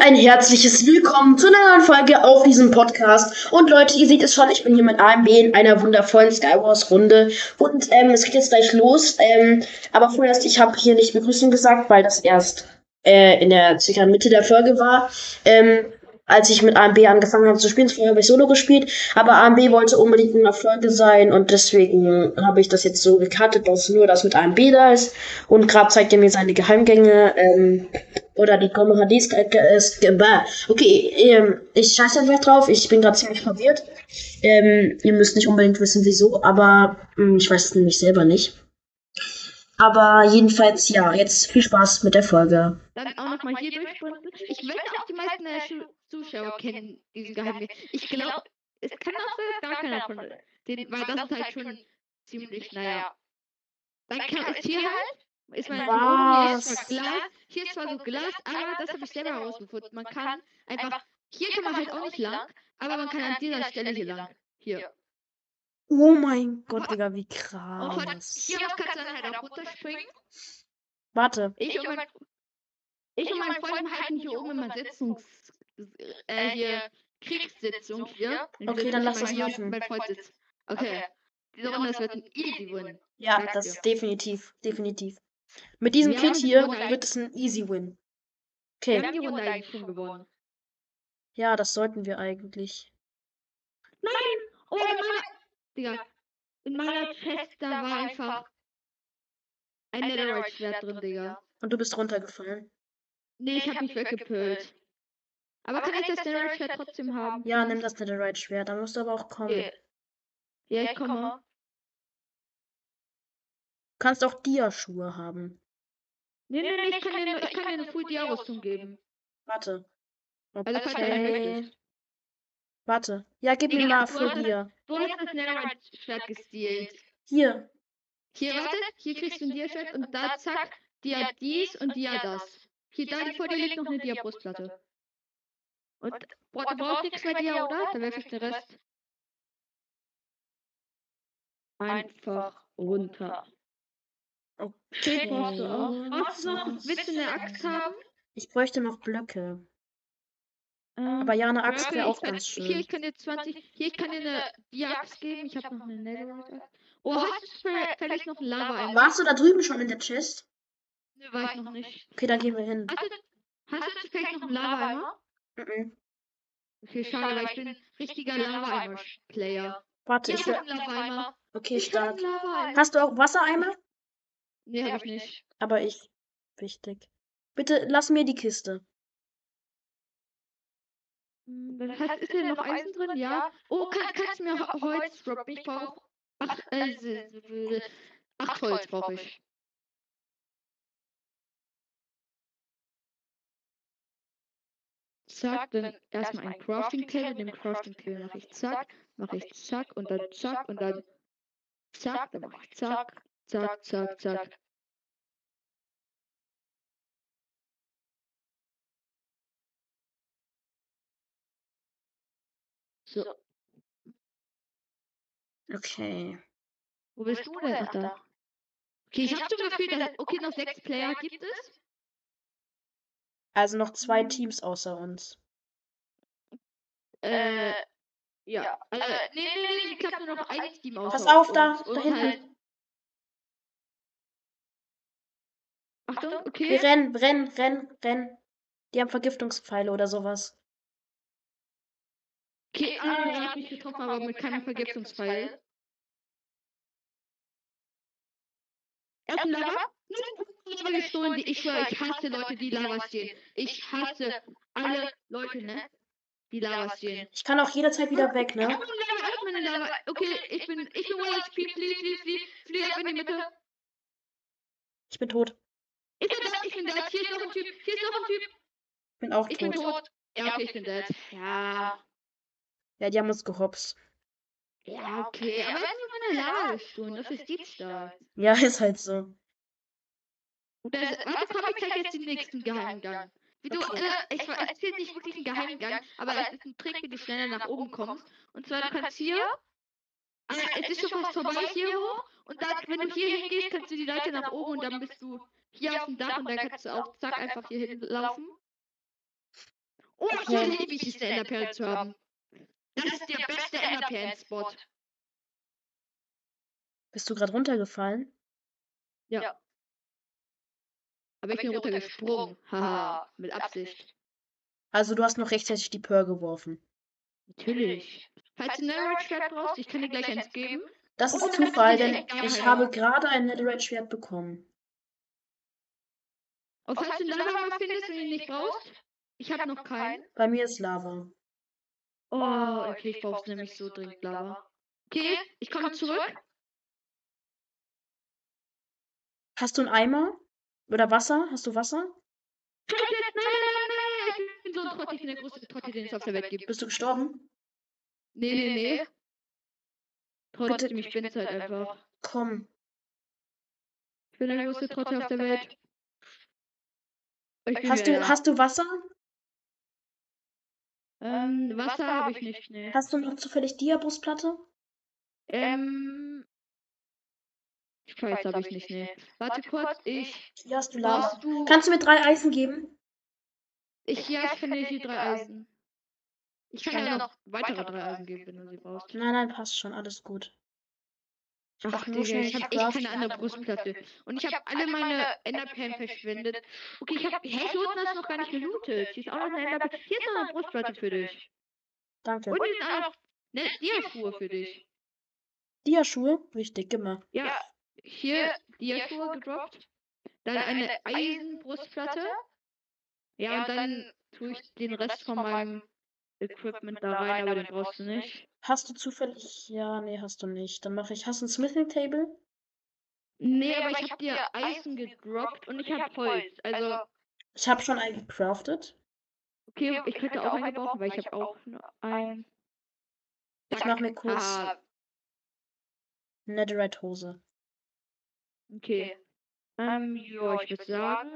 ein herzliches Willkommen zu einer neuen Folge auf diesem Podcast. Und Leute, ihr seht es schon, ich bin hier mit AMB in einer wundervollen Skywars-Runde. Und ähm, es geht jetzt gleich los. Ähm, aber vorerst, ich habe hier nicht Begrüßung gesagt, weil das erst äh, in der circa Mitte der Folge war. Ähm, als ich mit AMB angefangen habe zu spielen, vorher habe ich Solo gespielt, aber AMB wollte unbedingt in der Folge sein und deswegen habe ich das jetzt so gekartet, dass nur das mit AMB da ist und gerade zeigt er mir seine Geheimgänge ähm, oder die Komradis. Okay, ähm, ich scheiße einfach drauf, ich bin gerade ziemlich verwirrt. Ähm, ihr müsst nicht unbedingt wissen, wieso, aber ähm, ich weiß es nämlich selber nicht. Aber jedenfalls, ja, jetzt viel Spaß mit der Folge. dann auch nochmal hier durchsprinten. Ich wette auch, die meisten äh, Schu- Zuschauer kennen diesen Geheimnis. Ich glaube, es kann auch sein, dass gar keiner von denen, weil das ist halt schon ziemlich, naja. Dann kann es hier halt, ist man hier ist zwar Was? Glas, hier ist zwar so Glas, aber das habe ich selber herausgefunden. Man kann einfach, hier kann man halt auch nicht lang, aber man kann an dieser Stelle hier lang. Hier. Oh mein Gott, Digga, wie Und von hier krass. aus kannst du dann halt auch runterspringen. Warte. Ich und mein, ich und mein Freund halten hier oben immer Sitzungs... Äh, hier Kriegssitzung hier. Und Okay, wir sitzen dann lass mal es hier machen. Bei Freund sitzt. Okay. Diese Runde, das wird ein easy win. Ja, Danke. das ist definitiv, definitiv. Mit diesem Ja, Kit hier wobei- wird es ein easy win. Wir Okay, haben die Runde eigentlich schon gewonnen. ja, das sollten wir eigentlich. Oh, in meiner... Digga. In meiner Chest, da war einfach ein ein Netherite-Schwert drin, Digga. Und du bist runtergefallen. Nee, ich hab mich weggepölt. Aber kann ich das Netherite-Schwert trotzdem haben? Ja, nimm das Netherite-Schwert, da musst du aber auch kommen. Ja. Ja, ich komme. Du kannst auch Dia-Schuhe haben. Nee, nee, nee, ich kann dir, nur- ich kann dir eine Full Diarosum geben. Warte. Also, falls einer Okay. möchte. Warte. Ja, gib mir Digga, mal du für hast- dir. Du hast das Netherite-Schwert gestealt. Hier. Hier, warte, hier kriegst du ein Dia-Schwert und da, zack, Dia dies und Dia das. Hier, da vor dir liegt noch eine Dia-Brustplatte. Und, boah, du brauchst nichts mehr Dia, oder? Dann werfe ich den Rest. Einfach runter. Okay. Brauchst du Hm. auch? Brauchst du noch, willst du eine Axt haben? Ich bräuchte noch Blöcke. Ähm, Aber ja, eine Axt Blöcke, wäre ich auch kann- ganz Hier, schön. ich kann dir 20, hier, ich kann dir eine Dia-Axt geben. Ich habe noch eine Netherite-Axt. Oh, hast du ver- vielleicht noch ein Lava-Eis? Warst du da drüben schon in der Chest? Nö, war ich noch nicht. Okay, dann gehen wir hin. Hast du, hast du vielleicht noch einen Lava-Eimer? Mhm. Okay, schade, weil ich bin richtiger Lava-Eimer-Player. Warte, Ich ich hab will. einen Lava-Eimer. Okay, stark. Lava-Eimer. Hast du auch Wassereimer? Nee, hab ich nicht. Aber ich. Wichtig. Bitte lass mir die Kiste. Hm, Was hast, ist denn noch Eisen drin? Ja. Oh, kann, kannst du mir Ho- Holz droppen? Ich brauch acht, äh, s- s- acht Holz brauche ich. Zack, dann erstmal ein Crafting Table, dem Crafting Table mache ich zack, mache ich zack und dann zack und dann zack, dann mache ich zack, zack, zack, zack. So, Okay. wo bist du denn? Ach, da. Okay, ich habe hab schon das Gefühl, dass, okay, noch sechs Player gibt es. Also noch zwei Mhm. Teams außer uns. Äh, ja. ja. Also, Also, nee, nee, nee, ich glaube nur noch ein Team aus. Pass auf, da, da hinten. Achtung, okay. Wir rennen, rennen, rennen, rennen. Die haben Vergiftungspfeile oder sowas. Okay, ah, ich hab mich getroffen, aber mit keinem Vergiftungspfeil. Erst ein Lava? Nein, das war gestohlen. die- Ich schwöre, ich hasse Leute, die Lava stehen. Ich hasse alle Leute, ne? Die Lava stehen. Ich kann auch jederzeit wieder weg, Ja. ne? Komm, Lava, öffne meine Lava. Okay, ich bin, ich bin Wallace, flieh, flieh, flieh, flieh, flieh ab in die Mitte. Ich bin tot. Ist er da? Ich bin da. Hier ist noch ein Typ. Hier ist noch ein Typ. Ich bin auch Ich bin tot. tot. Ja, okay, ich bin dead. Ja. Ja, die haben uns gehopst. Ja, okay. Aber jetzt ist meine Lava gestohlen. Das ist Diebstahl. Ja, ist halt so. Oder Das, warte, komm, ich zeig jetzt den nächsten Geheimgang. Wie du, Okay. äh, ich ver- erzähl nicht wirklich einen Geheimgang, aber es ist ein Trick, wie du schneller nach oben kommst. Und zwar, du kannst hier, ah, es ist schon fast vorbei, hier hoch. Und dann, wenn du hier hingehst, kannst du die Leiter nach oben und dann bist du hier auf dem Dach und dann kannst du auch zack einfach hier hinlaufen. Oh, ich Ja. weiß nicht, wie ich es der Enderperl zu haben. Das ist der beste Enderperlen-Spot. Bist du gerade runtergefallen? Aber ich bin runtergesprungen. Haha, mit Absicht. Also du hast noch rechtzeitig die Pearl geworfen. Natürlich. Falls du Narrow Trap brauchst, ich kann dir gleich eins geben. Das Oh, ist dann Zufall, bin ich denn echt ich geil. habe gerade ein Netherite-Schwert bekommen. Und falls du Lava mal findest und ihn nicht brauchst, ich habe noch keinen. Bei mir ist Lava. Oh, okay, ich brauch's nämlich so dringend Lava. Okay, ich komme zurück. Hast du einen Eimer? Oder Wasser? Hast du Wasser? Nein, nein, nein, nein, nein, ich bin so ein Trottel, ich bin der größte Trottel, den es auf der Welt gibt. Bist du gestorben? Nee, nee, nee. Trotzdem, ich bin's halt einfach. Komm. Ich bin der größte Trottel auf der Welt. Ich bin Hast du, wieder da. hast du Wasser? ähm, Wasser habe ich nicht, nee. Hast du noch zufällig Diabrustplatte? Ähm. Scheiß habe ich nicht, nee. Warte kurz, ich. Hier hast du Lava. Brauchst du. Kannst du mir drei Eisen geben? Ich, ja, ich finde die drei Eisen. Ich kann dir noch weitere drei Eisen geben, wenn du sie brauchst. Nein, nein, passt schon, alles gut. Ich Ach, mach nur Digga, schnell ich habe echt keine andere Brustplatte. Und ich habe alle meine Enderperlen verschwendet. Okay, ich habe. Hey, du hast noch gar nicht gelootet. Hier ist auch noch eine Enderperlen. Hier ist noch eine Brustplatte für dich. Danke. Und hier ist auch noch eine Diaschuhe für dich. Diaschuhe? Wichtig, immer. Ja, Ja, hier hier Diaschuhe Schuhe gedroppt. gedroppt, Dann dann eine eine Eisenbrustplatte. Eisenbrustplatte. Ja, und dann tue ich den Rest von meinem Equipment da rein, aber den brauchst du nicht. Hast du zufällig. Ja, nee, hast du nicht. Dann mache ich. Hast du ein Smithing Table? Nee, aber ich habe dir Eisen gedroppt und ich habe Holz. Also, Ich habe schon einen gecraftet. okay, okay, ich ich könnte hätte auch auch einen einen gebrauchen, weil ich habe gebraucht, auch nur ein. Ich Zack. mache mir kurz Ah, Netherite Hose. okay. Ähm, ja, ich würde sagen.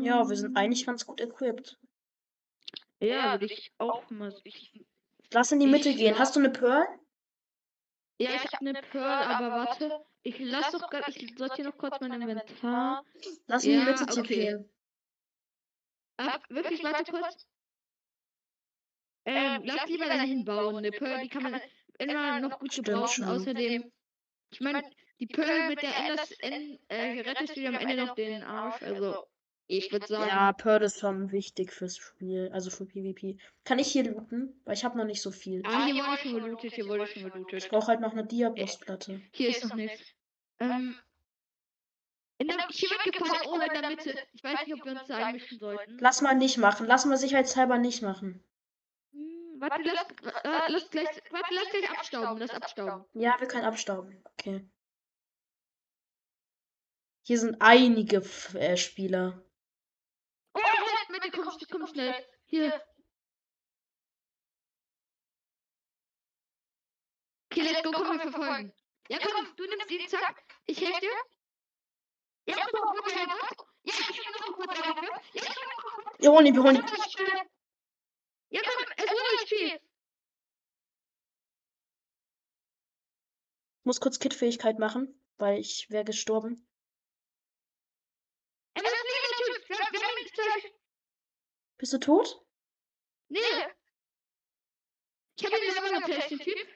Ja, wir sind ähm, eigentlich ganz gut equipped. Ja, würde ich auch mal. so- Ich, Lass in die Mitte Ich gehen. glaub- Hast du eine Pearl? ja, ich habe eine Pearl, aber warte. Ich lass doch grad, ich sortiere noch kurz mein Inventar. Lass in Ja, die Mitte zu okay. gehen. Ab, wirklich, warte kurz. Ähm, lass lieber dahin bauen. Eine Pearl, die kann man immer noch gut Stimmt gebrauchen. schon. Außerdem, ich meine, die Pearl Pearl mit der Enders, en, äh, rettet dir am Ende noch den Arsch. Also, ich würde sagen, Ja, Pearl ist schon wichtig fürs Spiel, also für PvP. Kann ich hier looten? Weil ich habe noch nicht so viel. ah, hier wurde schon gelootet, hier wurde schon gelootet. Ich brauche halt noch eine Diabrustplatte. Hier ist noch nichts. Ähm, in der, hier wird gefallen, oh, in der Mitte. Ich weiß nicht, ob wir uns da einmischen sollten. Lass mal nicht machen. Lass mal sicherheitshalber nicht machen. Hm, Warte, lass, äh, lass gleich, warte, lass gleich abstauben, lass abstauben. Ja, wir können abstauben. Okay. Hier sind einige F äh, Spieler. Oh, halt, Mitte, komm, komm schnell. Hier. Okay, let's go, komm, wir verfolgen. Ja, komm, du nimmst ihn, zack. Ich helfe dir. Ja, ich bin noch kurz deine Brust. Ja, ich bin noch kurz deine Brust. Ja, ich bin noch kurz deine Wir holen ihn, wir holen ihn. Brust. Ja, komm, es wurde das Spiel. Ich muss kurz Kit-Fähigkeit machen, weil ich wäre gestorben. Es ist negativ. Wir wir haben ihn getötet. Bist du tot? Nee. Ich habe ihn selber geplätscht, den Typ.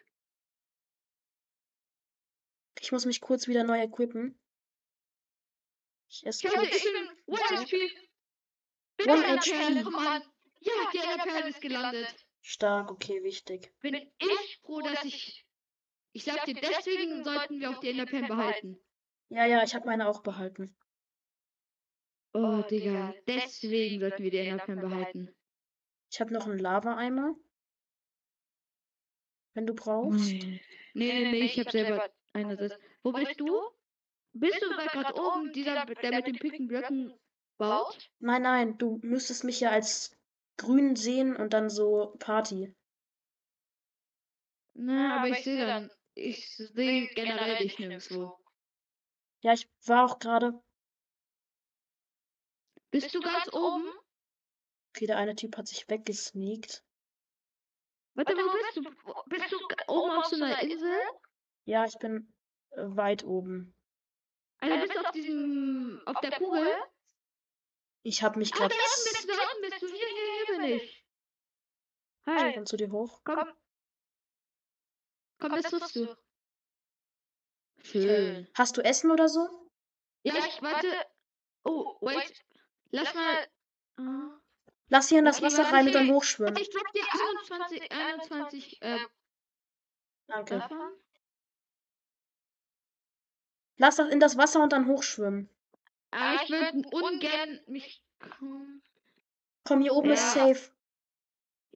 Ich muss mich kurz wieder neu equippen. Ich esse Leute, kurz. ich bin One-HP. Bin One einer HP. Perle, komm an. Ja, die eine Perle ist gelandet. Stark, okay, wichtig. Bin ich froh, dass ich... Ich sag dir, deswegen sollten wir auch die Enderperlen behalten. Ja, ja, ich habe meine auch behalten. Oh, Digga, deswegen sollten wir die Enderperlen behalten. Ich habe noch einen Lava-Eimer. Wenn du brauchst. Nee, nee, nee, ich hab selber einerseits... Wo bist du? Bist du gerade oben, dieser, der mit den pinken Blöcken baut? Nein, nein, du müsstest mich ja als grün sehen und dann so Party. Na, aber ich sehe dann... Ich sehe generell dich nirgendwo. Ja, ich war auch gerade. Bist du ganz oben? Okay, der eine Typ hat sich weggesneakt. Warte, wo bist du? Wo- Bist du g- oben auf so einer Insel? Ja, ich bin äh, weit oben. Also bist du auf diesem, auf der Kugel? Ich habe mich Ah, da gerade. Ah, unten bist du, da unten bist du. Hier, hier, nicht. Hi. Hi, Kannst du dir hoch? komm. Komm, das tust du. Hm. Schön. Hast du Essen oder so? Ja, ich warte. Oh, wait. Lass mal. Ah. Lass hier in das Okay, Wasser warte. rein und dann hochschwimmen. Ich drop dir 21, 21 äh, Danke. davon. Lass das in das Wasser und dann hochschwimmen. Aber Ah, ich würde ungern mich. Komm. Komm, hier oben ist Ja. safe.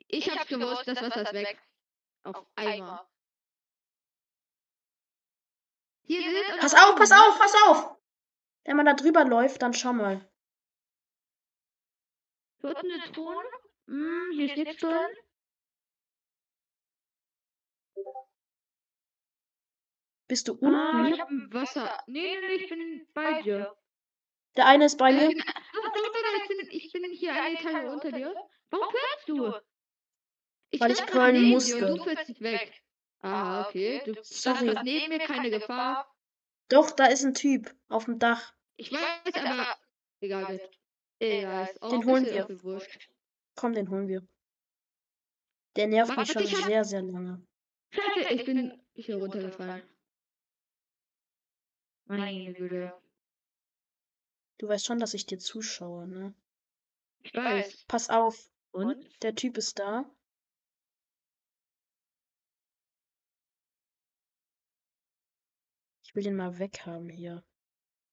Ich hab's gewusst, das Wasser ist weg. Auf einmal. Hier Hier sind sind- und Pass noch auf, pass andere. auf, pass auf! Wenn man da drüber läuft, dann schau mal. Hier unten eine Truhe. Hm, hier ist nichts drin. Bist du unten? Ah, ich hab ein Wasser. Nee, nee, nee, ich bin bei dir. Der eine ist bei Also mir. ich, bin, ich, bin, ich bin hier eine Etage unter dir. Warum fällst du? Weil ich stand curlen neben dir und musste. Du fällst nicht weg. Ah, okay. Du Sorry. standest neben mir, keine Gefahr. Doch, da ist ein Typ auf dem Dach. Ich weiß, aber... Egal, egal, wird. Egal, ist auch Den ist holen ja wir. irgendwie wurscht. Komm, den holen wir. Der nervt mich Warte, schon ich hab- sehr, sehr lange. Scheiße, ich bin hier runtergefallen. Meine Güte. Du weißt schon, dass ich dir zuschaue, ne? Ich weiß. Pass auf, Und? der Typ ist da. Ich will den mal weghaben hier.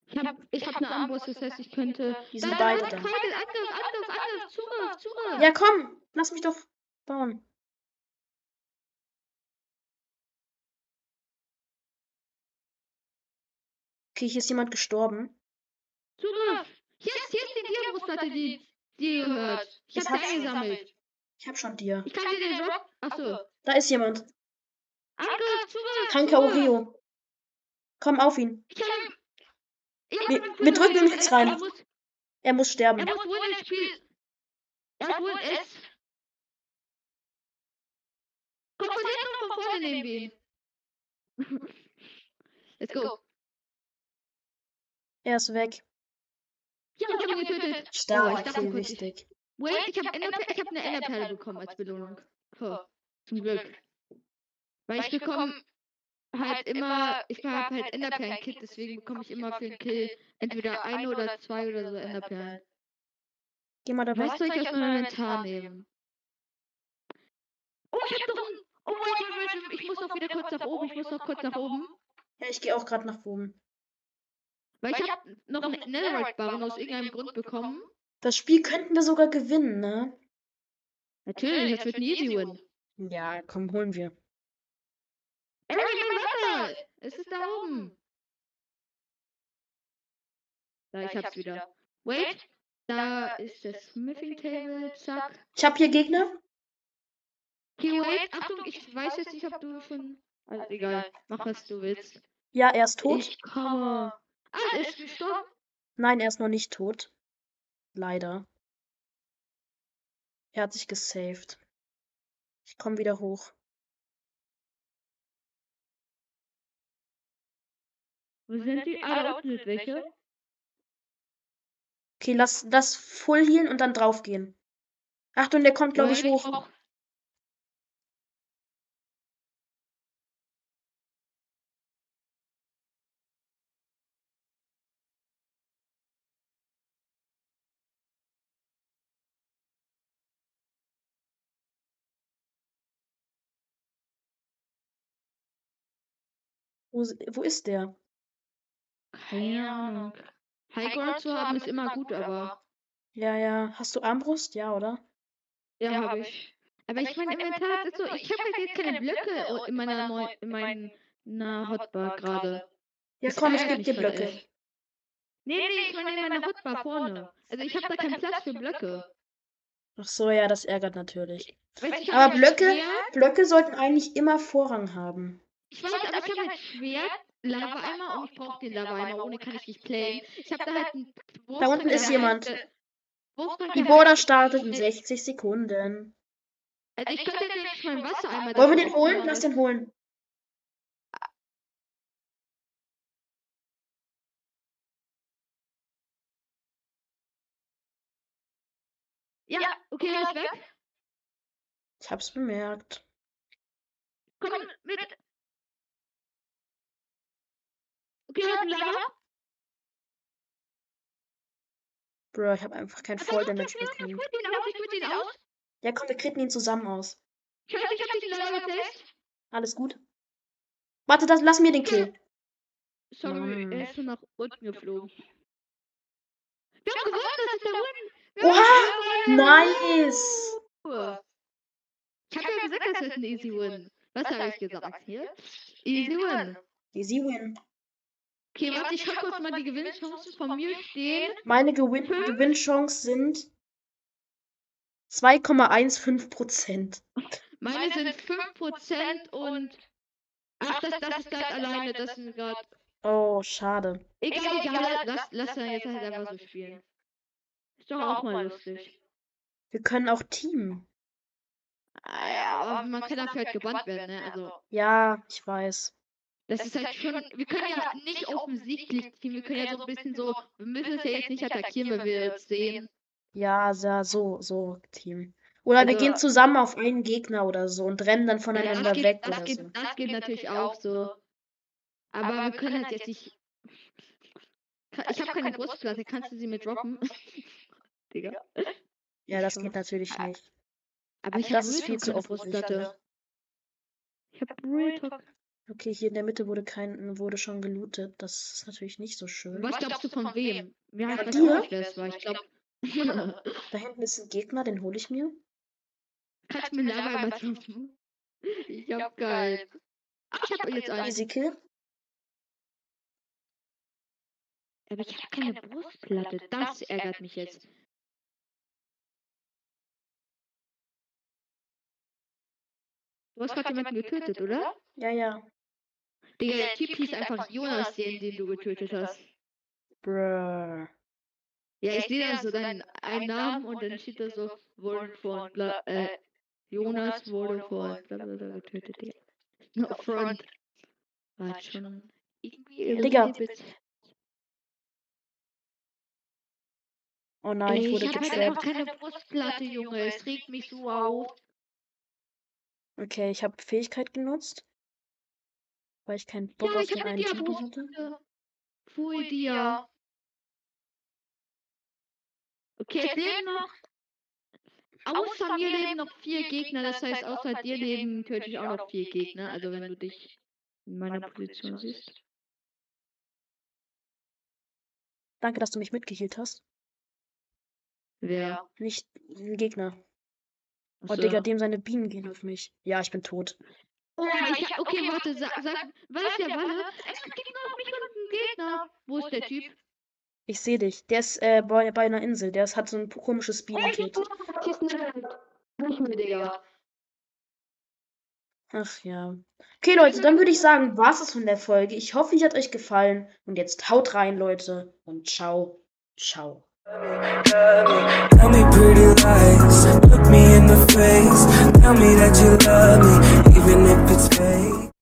Ich hab, ich hab eine Armbrust, das heißt, ich könnte... Die sind Da, da, beide da, da. Kreidel, Angriff, Angriff, Angriff, Zugriff, Zugriff. Ja, komm, lass mich doch bauen. Okay, hier ist jemand gestorben. Zugriff! Hier ist, hier ist die Diabrustplatte, die dir gehört. Ich hab Das sie hab's- eingesammelt. Ich hab schon dir. Ich kann dir den Rock. Achso. Da ist jemand. Angriff, Zugriff! Tanker Zugriff. Oreo. Komm auf ihn. Ich hab. Ich hab Wir- einen wir drücken Zugriff. ihn jetzt rein. Er muss, Er muss er sterben. muss wohl das Spiel. Er wohl es. Kontrolliert nur von vorne nehmen wir ihn. Let's go. Er ist weg. Ja, ich hab ihn getötet. Stark, ich dachte viel kurz- wichtig. Wait, ich hab, Ender, ich hab eine Enderperle bekommen als Belohnung. So, zum Glück. Weil ich bekomme halt immer, ich war halt Enderperlen-Kit, deswegen bekomme ich immer für einen Kill entweder eine oder zwei oder so Enderperlen. Geh mal da weg. Was soll ich aus meinem Inventar nehmen? Oh, ich hab doch ein... Oh, wait, wait, wait, wait, ich muss doch wieder kurz nach oben, ich muss doch kurz nach oben. Ja, ich gehe auch gerade nach oben. Weil ich hab noch einen Netherite-Barren aus irgendeinem Grund bekommen. Das Spiel könnten wir sogar gewinnen, ne? Natürlich, das wird ein Easy-Win. Ja, komm, holen wir. Ey, Wetter! Es ist da oben. Da, ich hab's wieder. Wait, da ist das Smithing Table, zack. Ich hab hier Gegner. Okay, wait, Achtung, ich weiß jetzt nicht, ob du schon... Also egal, mach was du willst. Ja, er ist tot. Ich komme. Ah, ist gestorben. Nein, er ist noch nicht tot. Leider. Er hat sich gesaved. Ich komme wieder hoch. Wo sind die? Ah, da unten sind welche. Okay, lass das full healen und dann drauf gehen. Achtung, der kommt, glaube ich, Wait, hoch. brauch- Wo, s- wo ist der? Keine Ahnung. Highground zu haben ist immer gut, aber... Ja, ja. Hast du Armbrust? Ja, oder? Ja, Ja, hab hab ich. Aber ich meine, Inventar ist so, ich habe halt jetzt keine Blöcke in meiner neuen, in meinen na, Hotbar gerade. Ja, Ist komm, ich gebe ärgerlich dir gerade Blöcke. echt. Nee, nee, ich meine in meiner Hotbar vorne. Also ich habe da keinen Platz für Blöcke. Ach so, ja, das ärgert natürlich. Weißt du, ich hab Aber jetzt Blöcke, Schwert- Blöcke sollten eigentlich immer Vorrang haben. Ich weiß, aber ich habe halt Schwert, Lava-Eimer und ich brauche den Lava-Eimer, ohne kann ich nicht playen. Ich habe da halt einen Da unten ist jemand. äh, Die Die Border startet in 60 Sekunden. Also ich könnte jetzt meinen Wassereimer... Wollen wir da den drauf holen? machen. Lass den holen. Ja, Okay, er ist weg. Ich hab's bemerkt. Komm mit. Okay, er hat einen Lava. Bro, ich hab einfach kein Fall Damage Ich bekommen. quit ihn aus, ich quit ihn aus. Ja, komm, wir kritten ihn zusammen aus. Scheiße, ich hab dich in der Lava selbst. Alles gut. Warte, das, lass mir den Kill. Sorry, Mann. er ist schon nach unten geflogen. Wir haben gewonnen, das ist der Win. Wir Oha, haben Nice. gewonnen. Ich hab ja gesagt, das ist ein Easy Win. Was habe ich gesagt? Hier? Easy Win. Easy win. Okay, warte, ich schau kurz mal die Gewinnchancen von mir stehen. Meine Gewin Gewinnchance sind 2,15%. Meine sind 5% und. Ach, das, das ist gerade alleine, das sind gerade. Oh, schade. Egal, egal, lass, lass er jetzt halt einfach so spielen. Ist doch auch mal lustig. Wir können auch teamen. Ah, ja, aber man kann dafür halt gebannt werden, ne? Also, Ja, ich weiß. das ist halt schon. Wir können ja nicht offensichtlich teamen, wir können ja so ein bisschen so. Wir müssen es ja jetzt nicht attackieren, weil wir es sehen. Ja, ja, so, so, Team. Oder wir Also- gehen zusammen auf einen Gegner oder so und rennen dann Ja, voneinander das, geht, weg das, oder geht, so. das geht natürlich auch so. Aber, wir können halt jetzt nicht. Ka- Ich habe keine Brustplatte, kannst du sie mir droppen? Digga. Ja, das geht natürlich nicht. Aber ich das hab ist Real viel Talk zu keine offensichtlich. Brustplatte. Ich habe Real Talk. Okay, hier in der Mitte wurde kein, wurde schon gelootet. Das ist natürlich nicht so schön. Was glaubst du von wem? Mir hat Von das dir? auch wer es war. Ich glaube. Kannst Da hinten ist ein Gegner, den hole ich mir. du mir Lava übertrumpfen? Ich hab geil. Ah, ich hab jetzt einen. Easy Kill. Aber ich hab keine Brustplatte. Das ärgert mich jetzt. Du hast gerade jemanden getötet, oder? Ja, ja. Digga, der Typ hieß einfach Jonas, den, den du getötet hast. Brr. Ja, ich sehe dann so deinen einen Namen und dann steht da so, wurden von, bla, äh, Jonas wurde von, bla, bla, bla, getötet, Digga. No, front. War halt schon irgendwie a Digga. little bit- Oh nein, Ey, ich ich wurde hab halt getrappt. einfach keine Brustplatte, Junge. Es regt mich so auf. Okay, ich habe Fähigkeit genutzt. Weil ich keinen Bock Ja, auf ich den hab einen dir Typen hatte. Brustplatte. Pfui dir. Okay, es leben noch. Außer mir leben noch vier Gegner, das heißt, außer dir leben tödlich auch noch vier Gegner, also wenn du dich in meiner Position siehst. Danke, dass du mich mitgehielt hast. Wer? Nicht ein Gegner. Oh, Achso. Digga, dem seine Bienen gehen auf mich. Ja, ich bin tot. Oh, ich, ha- okay, warte, sag, sag, was der Walle? Es gibt Gegner auf mich und ein Gegner. Wo ist der Typ? Ich sehe dich. Der ist äh, bei, bei einer Insel. Der ist, hat so ein Oh, komisches Bienenkind. Hier ist eine Nicht mehr, Digga. Ach ja. Okay, Leute, dann würde ich sagen, war's das von der Folge. Ich hoffe, ich hat euch gefallen. Und jetzt haut rein, Leute. Und ciao. Ciao. Tell me pretty lies. Look me in the face. Tell me that you love me, even if it's fake.